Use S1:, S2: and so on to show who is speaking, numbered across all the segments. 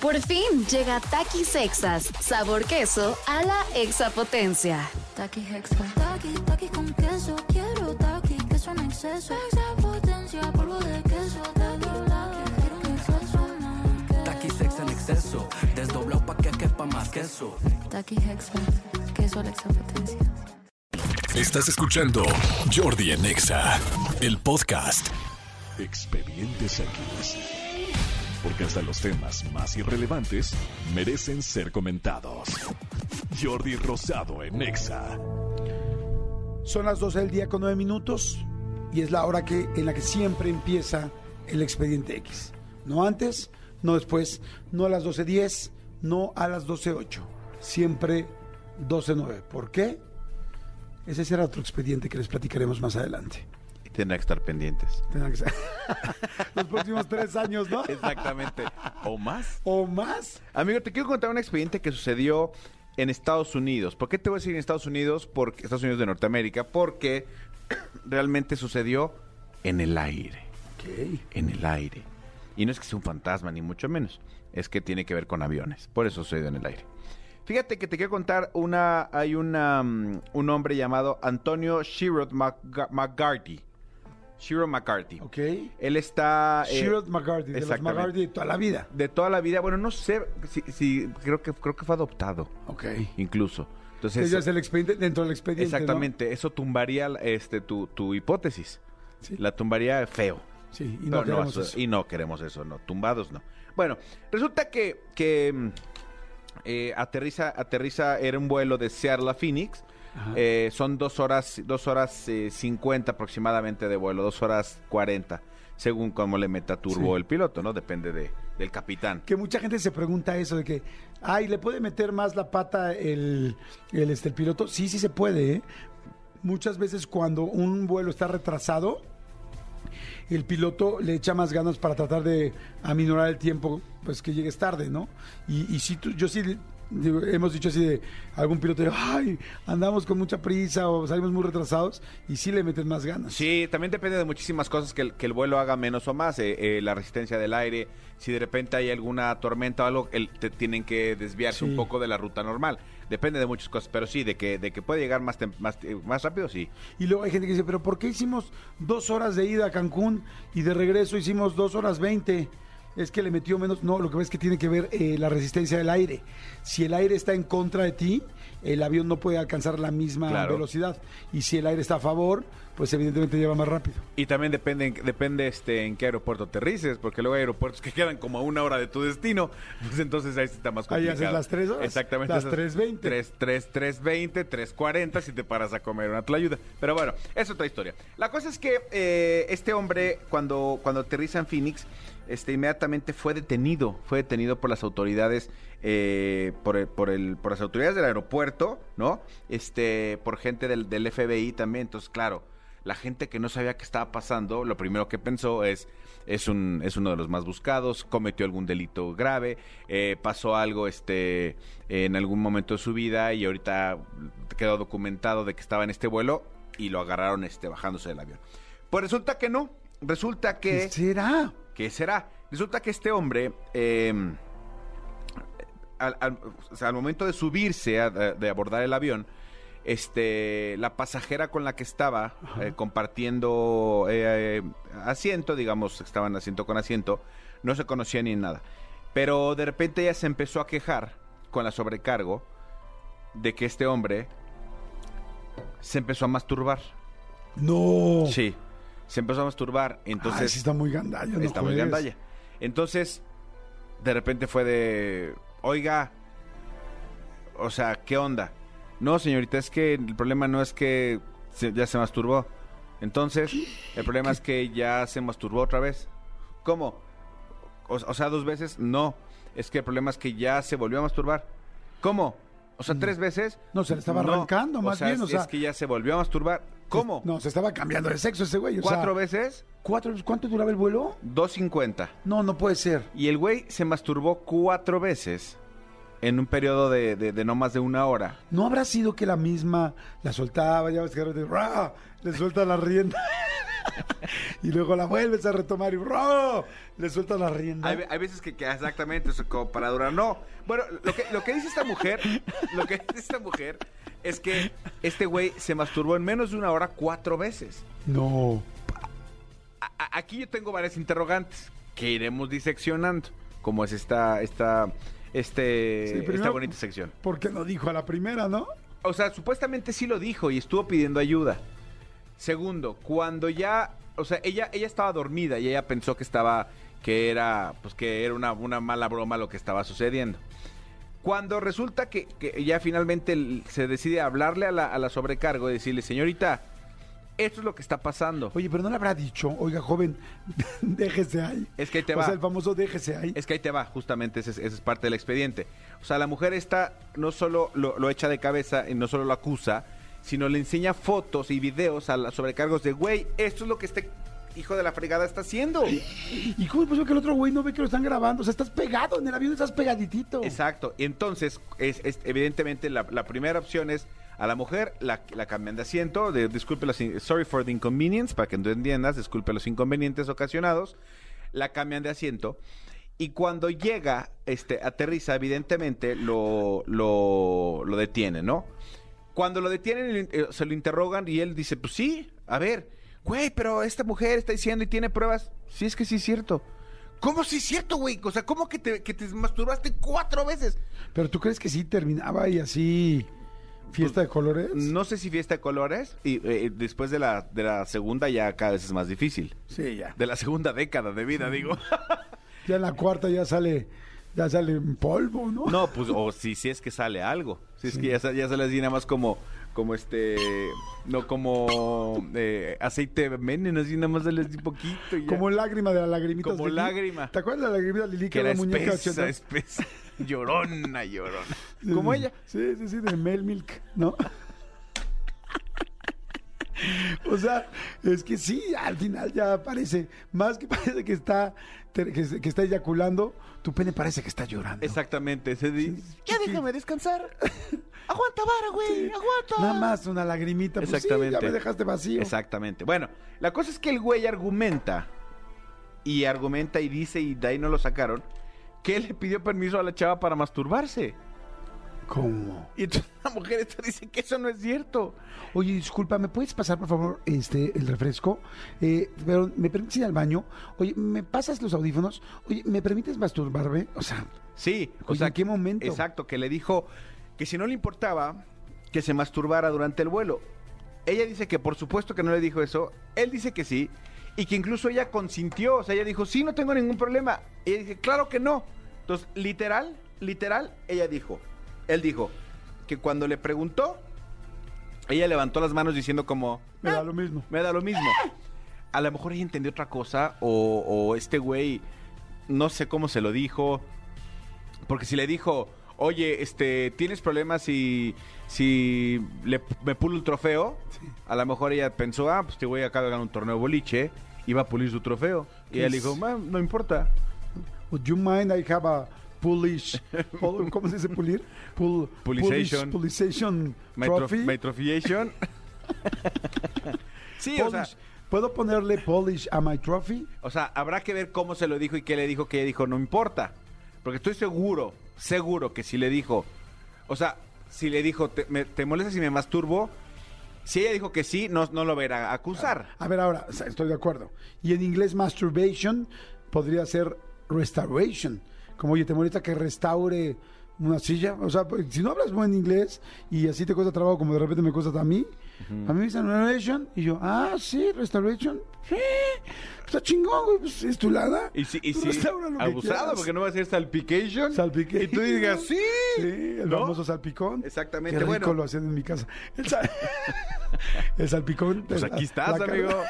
S1: Por fin llega Taqui Sexas, sabor queso a la exapotencia.
S2: Taqui Hexa. Taqui, taqui con queso. Quiero taqui, queso en exceso. Extra potencia, polvo de queso. Taqui, taqui, quiero un exceso más.
S3: Taqui sex en exceso, desdoblado pa' que quepa más queso.
S2: Taqui Hexa. Queso a la extra potencia.
S4: Estás escuchando Jordi en Exa, el podcast.
S5: Expedientes X. Porque hasta los temas más irrelevantes merecen ser comentados. Jordi Rosado en Exa.
S6: Son las 12 del día con 9 minutos y es la hora que, en la que siempre empieza el expediente X. No antes, no después, no a las 12.10, no a las 12.08. Siempre 12.09. ¿Por qué? Ese será otro expediente que les platicaremos más adelante.
S7: Y tendrá que estar pendientes.
S6: Tendrán que ser- Los próximos tres años, ¿no?
S7: Exactamente. ¿O más?
S6: O más.
S7: Amigo, te quiero contar un expediente que sucedió en Estados Unidos. ¿Por qué te voy a decir en Estados Unidos? Porque Estados Unidos de Norteamérica, porque realmente sucedió en el aire.
S6: Ok.
S7: En el aire. Y no es que sea un fantasma, ni mucho menos. Es que tiene que ver con aviones. Por eso sucedió en el aire. Fíjate que te quiero contar una. Hay una, mm, un hombre llamado Antonio Shirod Mac- McGarty. Shirod McCarthy.
S6: Ok.
S7: Él está. eh,
S6: Sherrod McGarty, de los
S7: exactamente.
S6: McGarty de toda la vida.
S7: de toda la vida. Bueno, no sé si, si- creo que creo que fue adoptado,
S6: Ok.
S7: incluso. Entonces,
S6: Ese es el expediente, dentro del expediente. ¿no?
S7: exactamente, eso tumbaría este tu, tu hipótesis.
S6: Sí.
S7: La tumbaría feo.
S6: Sí, y
S7: Pero
S6: no queremos
S7: eso-
S6: eso.
S7: y no queremos eso, no, tumbados no. Bueno, resulta que, que, mm, eh, aterriza, aterriza, era un vuelo de Seattle a Phoenix.
S6: Ajá.
S7: Eh, son dos horas, dos horas eh, 50 aproximadamente de vuelo, dos horas 40, según cómo le meta turbo
S6: Sí.
S7: el piloto, ¿no? Depende de, del capitán.
S6: Que mucha gente se pregunta eso de que, ay, ¿le puede meter más la pata el, el, este, el piloto? Sí, sí se puede. ¿eh? Muchas veces cuando un vuelo está retrasado, el piloto le echa más ganas para tratar de aminorar el tiempo, pues que llegues tarde, ¿no? Y, y si tú, yo sí, digo, hemos dicho así de algún piloto, ay, andamos con mucha prisa o salimos muy retrasados, y sí le meten más ganas.
S7: Sí, también depende de muchísimas cosas que el, que el vuelo haga menos o más. eh, eh, la resistencia del aire, si de repente hay alguna tormenta o algo, el- te tienen que desviarse
S6: Sí.
S7: un poco de la ruta normal. Depende de muchas cosas, pero sí, de que, de que puede llegar más, tem- más, eh, más rápido, sí.
S6: Y luego hay gente que dice, pero ¿por qué hicimos dos horas de ida a Cancún y de regreso hicimos dos horas veinte? Es que le metió menos. No, lo que pasa es que tiene que ver eh, la resistencia del aire. Si el aire está en contra de ti, el avión no puede alcanzar la misma
S7: Claro.
S6: velocidad. Y si el aire está a favor, pues evidentemente lleva más rápido.
S7: Y también depende, en- depende este, en qué aeropuerto aterrices, porque luego hay aeropuertos que quedan como a una hora de tu destino. Pues entonces ahí sí está más
S6: Ahí
S7: complicado.
S6: haces las tres horas,
S7: Exactamente.
S6: las
S7: esas
S6: 3:20.
S7: tres- tres- 3.20, 3.40 si te paras a comer una ayuda Pero bueno, es otra historia. La cosa es que eh, este hombre, cuando, cuando aterriza en Phoenix, este, inmediatamente fue detenido. Fue detenido por las autoridades, eh, por, el- por, el, por las autoridades del aeropuerto, ¿no? Este, por gente del, del FBI también. Entonces, claro, la gente que no sabía qué estaba pasando, lo primero que pensó es, es, un, es uno de los más buscados, cometió algún delito grave, eh, pasó algo este, en algún momento de su vida y ahorita quedó documentado de que estaba en este vuelo y lo agarraron este, bajándose del avión. Pues resulta que no, resulta que...
S6: ¿Qué será?
S7: ¿Qué será? Resulta que este hombre, eh, al, al- o sea, al momento de subirse, a- de abordar el avión, este, la pasajera con la que estaba eh, compartiendo eh, asiento, digamos, estaban asiento con asiento, no se conocía ni nada. Pero de repente ella se empezó a quejar con la sobrecargo de que este hombre se empezó a masturbar.
S6: No.
S7: Sí, se empezó a masturbar.
S6: Entonces,
S7: Entonces,
S6: Oh. Ah, sí está muy gandalla. No
S7: está muy
S6: juegues.
S7: gandalla. Entonces, de repente fue de, oiga, o sea, ¿qué onda? No, señorita, es que el problema no es que se- ya se masturbó. Entonces, el problema es que ya se masturbó otra vez. ¿Cómo? O, o sea, dos veces, no. Es que el problema es que ya se volvió a masturbar. ¿Cómo? O sea, tres veces.
S6: Mm. No, se le estaba arrancando, más bien, o
S7: es-
S6: sea-
S7: es que ya se volvió a masturbar. ¿Cómo?
S6: No, se estaba cambiando de sexo ese güey. o sea,
S7: ¿Cuatro veces?
S6: ¿cuatro, ¿Cuánto duraba el vuelo?
S7: 250.
S6: No, no puede ser.
S7: Y el güey se masturbó cuatro veces en un periodo de, de- de no más de una hora.
S6: ¿No habrá sido que la misma la soltaba, ya ves que de, ¡ra! le suelta la rienda? y luego la vuelves a retomar y ¡ro! le sueltas la rienda.
S7: Hay, ve- hay veces que, que exactamente, eso, como para durar. No. Bueno, lo que, lo que dice esta mujer, lo que dice esta mujer es que este güey se masturbó en menos de una hora cuatro veces.
S6: No.
S7: A- a- aquí yo tengo varias interrogantes que iremos diseccionando, como es esta, esta, este,
S6: Sí, primero-
S7: esta bonita sección.
S6: Porque no dijo a la primera, ¿no?
S7: O sea, supuestamente sí lo dijo y estuvo pidiendo ayuda. Segundo, cuando ya, o sea, ella, ella estaba dormida y ella pensó que estaba, que era, pues que era una, una mala broma lo que estaba sucediendo. Cuando resulta que, que ya finalmente l- se decide hablarle a la, a la sobrecargo y decirle, señorita, esto es lo que está pasando.
S6: Oye, pero no le habrá dicho, oiga, joven, déjese ahí.
S7: Es que ahí te
S6: o
S7: va.
S6: sea, el famoso déjese ahí.
S7: Es que ahí te va, justamente, ese es- esa es, parte del expediente. O sea, la mujer está, no solo lo, lo echa de cabeza y no solo lo acusa, sino le enseña fotos y videos a los sobrecargos de, güey, esto es lo que este hijo de la fregada está haciendo.
S6: ¿Y cómo es posible que el otro güey no ve que lo están grabando? O sea, estás pegado en el avión, estás pegaditito.
S7: Exacto. Y entonces, es, es- evidentemente, la, la primera opción es a la mujer la, la cambian de asiento, de, disculpe los, in- sorry for the inconvenience, para que no entiendas, disculpe los inconvenientes ocasionados, la cambian de asiento. Y cuando llega, este, aterriza, evidentemente, lo, lo, lo detiene, ¿no? Cuando lo detienen, eh, se lo interrogan y él dice, pues sí, a ver, güey, pero esta mujer está diciendo y tiene pruebas. Sí, es que sí es cierto. ¿Cómo sí es cierto, güey? O sea, ¿cómo que te, que te masturbaste cuatro veces?
S6: Pero tú crees que sí terminaba y así fiesta de colores?
S7: Pues, No sé si fiesta de colores. Y eh, después de la, de la segunda ya cada vez es más difícil.
S6: Sí, ya.
S7: De la segunda década de vida, digo.
S6: Ya en la cuarta ya sale, ya sale en polvo, ¿no?
S7: No, pues, o si, si es que sale algo. Si es que ya, sa- ya sale así nada más como, como este, no como eh, aceite de veneno, así nada más sale así poquito. y ya.
S6: Como lágrima de la lagrimita.
S7: Como lágrima.
S6: ¿Te acuerdas de la lagrimita de Lili
S7: que era
S6: la muñeca
S7: espesa,
S6: 80?
S7: espesa. Llorona, llorona.
S6: Sí,
S7: Como
S6: sí.
S7: ella.
S6: Mm. Sí, sí, sí, de Mel Milk, ¿no? O sea, es que sí, al final ya parece, más que parece que está, que, que está eyaculando, tu pene parece que está llorando.
S7: Exactamente, ese di-
S6: Ya déjame
S7: descansar. Aguanta vara, güey. Aguanta.
S6: Nada más una lagrimita. pues sí,
S7: Exactamente.
S6: ya me dejaste vacío.
S7: Exactamente. Bueno, la cosa es que el güey argumenta y argumenta y dice y de ahí no lo sacaron que él le pidió permiso a la chava para masturbarse.
S6: ¿Cómo?
S7: Y entonces la mujer esta dice que eso no es cierto.
S6: Oye, disculpa, ¿me puedes pasar, por favor, este, el refresco? Eh, pero, ¿me permites ir al baño? Oye, ¿me pasas los audífonos? Oye, ¿me permites masturbarme? O sea,
S7: Sí, o
S6: Oye,
S7: sea,
S6: ¿en qué momento?
S7: Exacto, que le dijo que si no le importaba que se masturbara durante el vuelo. Ella dice que por supuesto que no le dijo eso, él dice que sí, y que incluso ella consintió, o sea, ella dijo, sí, no tengo ningún problema. Y ella dice, claro que no. Entonces, literal, literal, ella dijo, él dijo, que cuando le preguntó, ella levantó las manos diciendo como,
S6: me da lo mismo.
S7: me da lo mismo. A lo mejor ella entendió otra cosa o, o este güey no sé cómo se lo dijo. Porque si le dijo, oye, este, ¿tienes problemas si, si le- me pulo un trofeo? A lo mejor ella pensó, ah, pues te voy acá a ganar un torneo de boliche y va a pulir su trofeo. Y
S6: ¿Qué
S7: ella
S6: es?
S7: le dijo, "Man, no importa.
S6: Would you mind I have a polish? ¿Cómo se dice pulir? Pul,
S7: Pulization.
S6: Polish, pulization
S7: My, trof-
S6: trophy.
S7: my trophiation. sí, o sea,
S6: Polish. ¿Puedo ponerle polish a my trophy?
S7: O sea, habrá que ver cómo se lo dijo y qué le dijo, que ella dijo, no importa. Porque estoy seguro, seguro que si le dijo, o sea, si le dijo, te, me- te molesta si me masturbo, si ella dijo que sí, no, no lo verá acusar.
S6: A ver, ahora, o sea, estoy de acuerdo. Y en inglés, masturbation podría ser restoration. Como, oye, te molesta que restaure una silla. O sea, pues, si no hablas buen inglés y así te cuesta trabajo, como de repente me cuesta a mí, a mí me dicen restoration y yo, ah, sí, restoration. Sí, está chingón, güey, pues es tu lada.
S7: Y si, y
S6: Tú
S7: si
S6: restaura lo que
S7: abusado,
S6: quieras.
S7: porque no va a ser salpication.
S6: Salpiqué.
S7: Y tú digas, sí.
S6: Sí, el
S7: ¿No?
S6: famoso salpicón.
S7: Exactamente,
S6: Qué rico
S7: bueno.
S6: lo hacían en mi casa. El, sal- el salpicón.
S7: Pues
S6: la-
S7: aquí estás,
S6: la carne-
S7: amigo.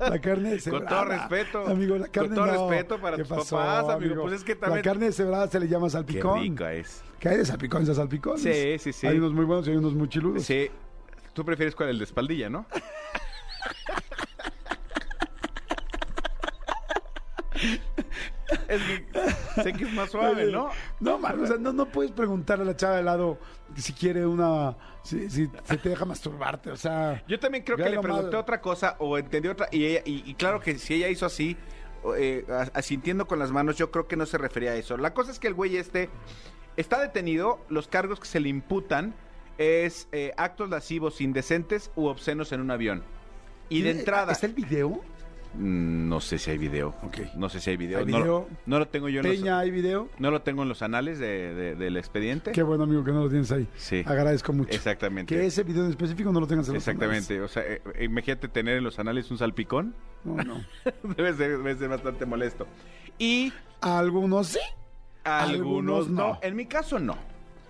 S6: La carne de
S7: Con todo respeto.
S6: Amigo, la
S7: Con
S6: carne
S7: todo
S6: no.
S7: respeto para
S6: ¿Qué
S7: tus papás, amigo? Pues es que
S6: La
S7: también-
S6: carne de cebrada se le llama
S7: Qué
S6: salpicón.
S7: rica es.
S6: Que hay de salpicones a salpicones.
S7: Sí, sí, sí.
S6: Hay unos muy buenos y hay unos muy chiludos.
S7: Sí. Tú prefieres cuál, el de espaldilla, ¿no? es que Sé que es más suave, ¿no?
S6: No, man, o sea, no, no puedes preguntarle a la chava de lado si quiere una. Si, si se te deja masturbarte, o sea.
S7: Yo también creo
S6: ya
S7: que le
S6: lo
S7: pregunté
S6: malo.
S7: otra cosa o entendí otra. Y, ella- y, y claro que si ella hizo así, o, eh, as- asintiendo con las manos, yo creo que no se refería a eso. La cosa es que el güey este está detenido. Los cargos que se le imputan es eh, actos lascivos, indecentes u obscenos en un avión. Y de
S6: ¿Tiene-
S7: entrada.
S6: ¿Está el video?
S7: Mm, No sé si hay video.
S6: Ok.
S7: No sé si hay video.
S6: ¿Hay
S7: no, lo-
S6: video?
S7: no lo tengo yo en
S6: Peña,
S7: los,
S6: ¿hay video?
S7: no lo tengo en los anales de- de- del expediente.
S6: Qué bueno, amigo, que no lo tienes ahí.
S7: Sí.
S6: Agradezco mucho.
S7: Exactamente.
S6: Que ese video en específico no lo tengas en los
S7: Exactamente. O sea, eh, eh, imagínate tener en los anales un salpicón.
S6: canales. No, no.
S7: debe, ser, debe ser bastante molesto. Y
S6: Algunos sí.
S7: algunos,
S6: Algunos
S7: no.
S6: no.
S7: En mi caso no.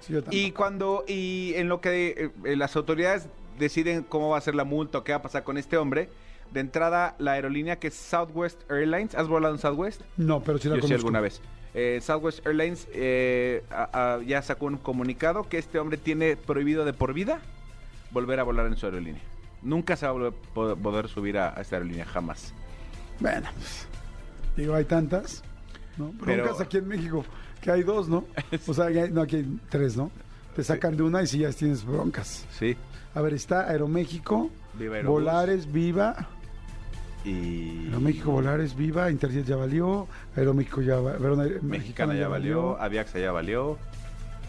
S6: Sí, yo
S7: Y
S6: también.
S7: cuando y en lo que eh, las autoridades deciden cómo va a ser la multa o qué va a pasar con este hombre, de entrada la aerolínea que es Southwest Airlines, ¿has volado en Southwest?
S6: No, pero sí la
S7: Yo sí
S6: conozco.
S7: alguna vez. Eh, Southwest Airlines eh, a- a- ya sacó un comunicado que este hombre tiene prohibido de por vida volver a volar en su aerolínea. Nunca se va a volver- po- poder subir a, a esta aerolínea, jamás.
S6: Bueno, pues, digo, hay tantas. ¿no?
S7: Pero-
S6: Broncas aquí en México, que hay dos, ¿no? O sea, que hay- no, aquí hay tres, ¿no? Te sacan de una y si ya tienes broncas.
S7: Sí.
S6: A ver, está Aeroméxico,
S7: Viva Aerobús.
S6: Volares, Viva.
S7: Y
S6: Aeroméxico, Volares, Viva, Interjet ya valió, Aeroméxico ya va- Verona Aer-
S7: Mexicana ya valió, Aviaxa ya valió.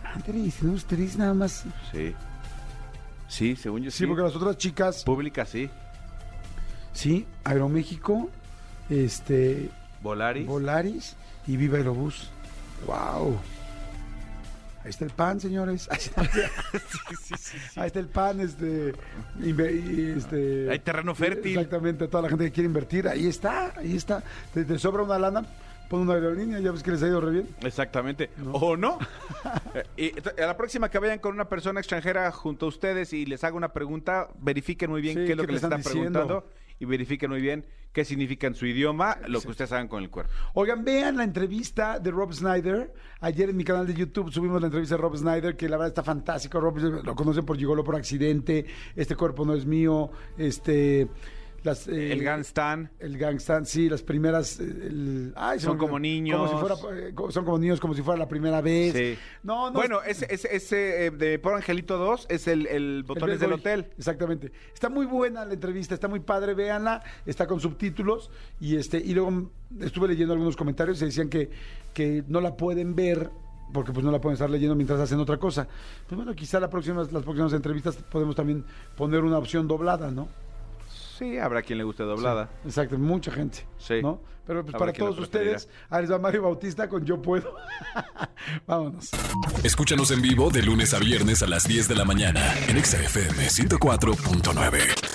S6: Ah, tres, tenemos tres nada más.
S7: Sí. Sí, según yo
S6: Sí, porque las otras chicas,
S7: Pública sí.
S6: sí, Aeroméxico, este,
S7: Volaris.
S6: Volaris y Viva Aerobús. ¡Wow! Ahí está el pan, señores. Ahí está, Ahí está el pan, este, inve- y, este-
S7: Hay terreno fértil.
S6: Exactamente, toda la gente que quiere invertir, ahí está, ahí está. Te, te sobra una lana, pon una aerolínea, ya ves que les ha ido re bien.
S7: Exactamente. ¿O no? Eh, y ent- a la próxima que vayan con una persona extranjera junto a ustedes y les haga una pregunta, verifiquen muy bien
S6: Sí,
S7: qué es
S6: ¿qué
S7: lo que
S6: te
S7: les
S6: están
S7: están
S6: diciendo?
S7: preguntando y verifiquen muy bien qué significa en su idioma lo que ustedes hagan con el cuerpo.
S6: Oigan, vean la entrevista de Rob Snyder. Ayer en mi canal de YouTube subimos la entrevista de Rob Snyder, que la verdad está fantástico. Rob lo conocen por Gigolo por accidente, este cuerpo no es mío, este... Las, eh,
S7: El Ganstan.
S6: El Gangstan, sí, las primeras. eh, el- ay, se
S7: Son
S6: me olvidó.
S7: como niños.
S6: Como si fuera, eh, co- son como niños, como si fuera la primera vez.
S7: Sí.
S6: No, no.
S7: bueno,
S6: es-
S7: ese, ese, ese, eh, de Por Angelito 2 es el, el
S6: el
S7: botones
S6: Bad
S7: del
S6: Boy.
S7: hotel.
S6: Exactamente. Está muy buena la entrevista, está muy padre, véanla, está con subtítulos y este y luego mm, estuve leyendo algunos comentarios y decían que, que no la pueden ver porque pues no la pueden estar leyendo mientras hacen otra cosa. Pues bueno, quizá la próxima, las próximas entrevistas podemos también poner una opción doblada, ¿no?
S7: Sí, habrá quien le guste doblada.
S6: Exacto, mucha gente.
S7: Sí.
S6: ¿no? Pero pues,
S7: Habrá
S6: para
S7: quien lo
S6: todos ustedes, ahí les va Mario Bautista con Yo Puedo. Vámonos.
S4: Escúchanos en vivo de lunes a viernes a las 10 de la mañana en Exa FM 104.9.